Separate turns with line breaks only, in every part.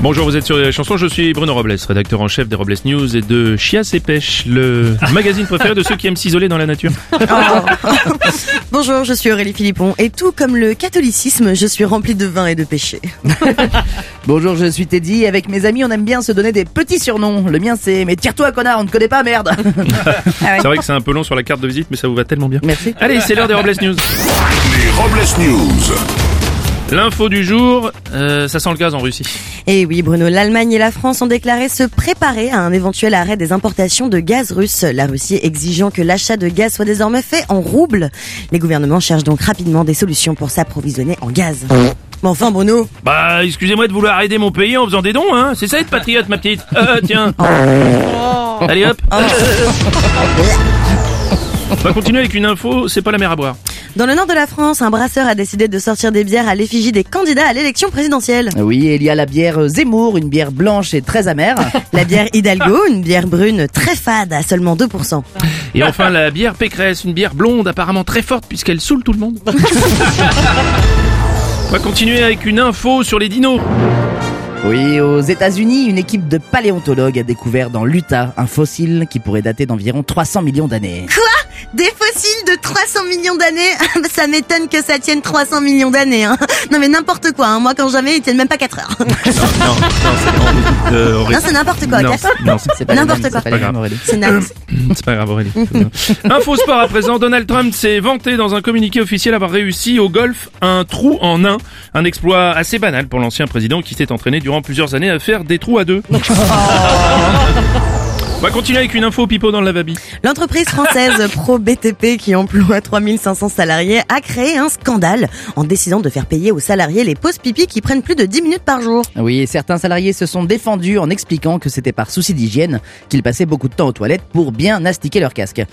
Bonjour, vous êtes sur les chansons, je suis Bruno Robles, rédacteur en chef des Robles News et de Chiasse et Pêche, le magazine préféré de ceux qui aiment s'isoler dans la nature.
Bonjour, je suis Aurélie Philippon et tout comme le catholicisme, je suis remplie de vin et de péché.
Bonjour, je suis Teddy. Avec mes amis, on aime bien se donner des petits surnoms. Le mien, c'est Mais tire-toi, connard, on ne connaît pas, merde.
C'est vrai que c'est un peu long sur la carte de visite, mais ça vous va tellement bien.
Merci.
Allez, c'est l'heure des Robles News.
Les Robles News.
L'info du jour, euh, ça sent le gaz en Russie.
Et Eh oui, Bruno, l'Allemagne et la France ont déclaré se préparer à un éventuel arrêt des importations de gaz russe. La Russie exigeant que l'achat de gaz soit désormais fait en roubles. Les gouvernements cherchent donc rapidement des solutions pour s'approvisionner en gaz. Mais enfin, Bruno,
Bah, excusez-moi de vouloir aider mon pays en faisant des dons, hein. C'est ça être patriote, ma petite. Euh, tiens. Allez hop. On va continuer avec une info, c'est pas la mer à boire.
dans le nord de la France, un brasseur a décidé de sortir des bières à l'effigie des candidats à l'élection présidentielle.
Oui, et il y a la bière euh, Zemmour, une bière blanche et très amère.
La bière Hidalgo, une bière brune très fade à seulement 2%.
Et enfin, la bière Pécresse, une bière blonde apparemment très forte puisqu'elle saoule tout le monde. On va continuer avec une info sur les dinos.
Oui, aux États-Unis, une équipe de paléontologues a découvert dans l'Utah un fossile qui pourrait dater d'environ 300 millions d'années.
Des fossiles de 300 millions d'années Ça m'étonne que ça tienne 300 millions d'années. hein. Non mais n'importe quoi, hein. moi quand jamais, ils tiennent même pas 4 heures.
Non, non, c'est non, euh, Aurélie.
Non, c'est n'importe quoi,
Non, Euh.
ok
c'est- non, c'est-
C'est pas les
N'importe
mêmes,
quoi.
c'est pas les
Pas
mêmes, Aurélie.
C'est naze.
c'est pas grave, Aurélie. Info sport à présent. Donald Trump s'est vanté dans un communiqué officiel avoir réussi au golf un trou en un. Un exploit assez banal pour l'ancien président qui s'est entraîné durant plusieurs années à faire des trous à deux. On va continuer avec une info pipo dans le lavabi.
L'entreprise française Pro BTP qui emploie 3500 salariés a créé un scandale en décidant de faire payer aux salariés les pauses pipi qui prennent plus de 10 minutes par jour.
Oui, et certains salariés se sont défendus en expliquant que c'était par souci d'hygiène qu'ils passaient beaucoup de temps aux toilettes pour bien astiquer leur casque.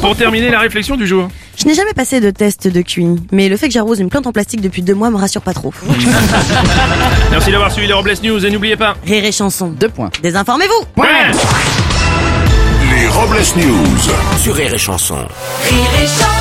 Pour terminer, la réflexion du jour.
Je n'ai jamais passé de test de QI, mais le fait que j'arrose une plante en plastique depuis deux mois me rassure pas trop.
Merci d'avoir suivi les Robles News et n'oubliez pas.
Rire et chanson.
Deux points.
Désinformez-vous
Les Robles News.
Sur Rire et Chanson.
Rire et chanson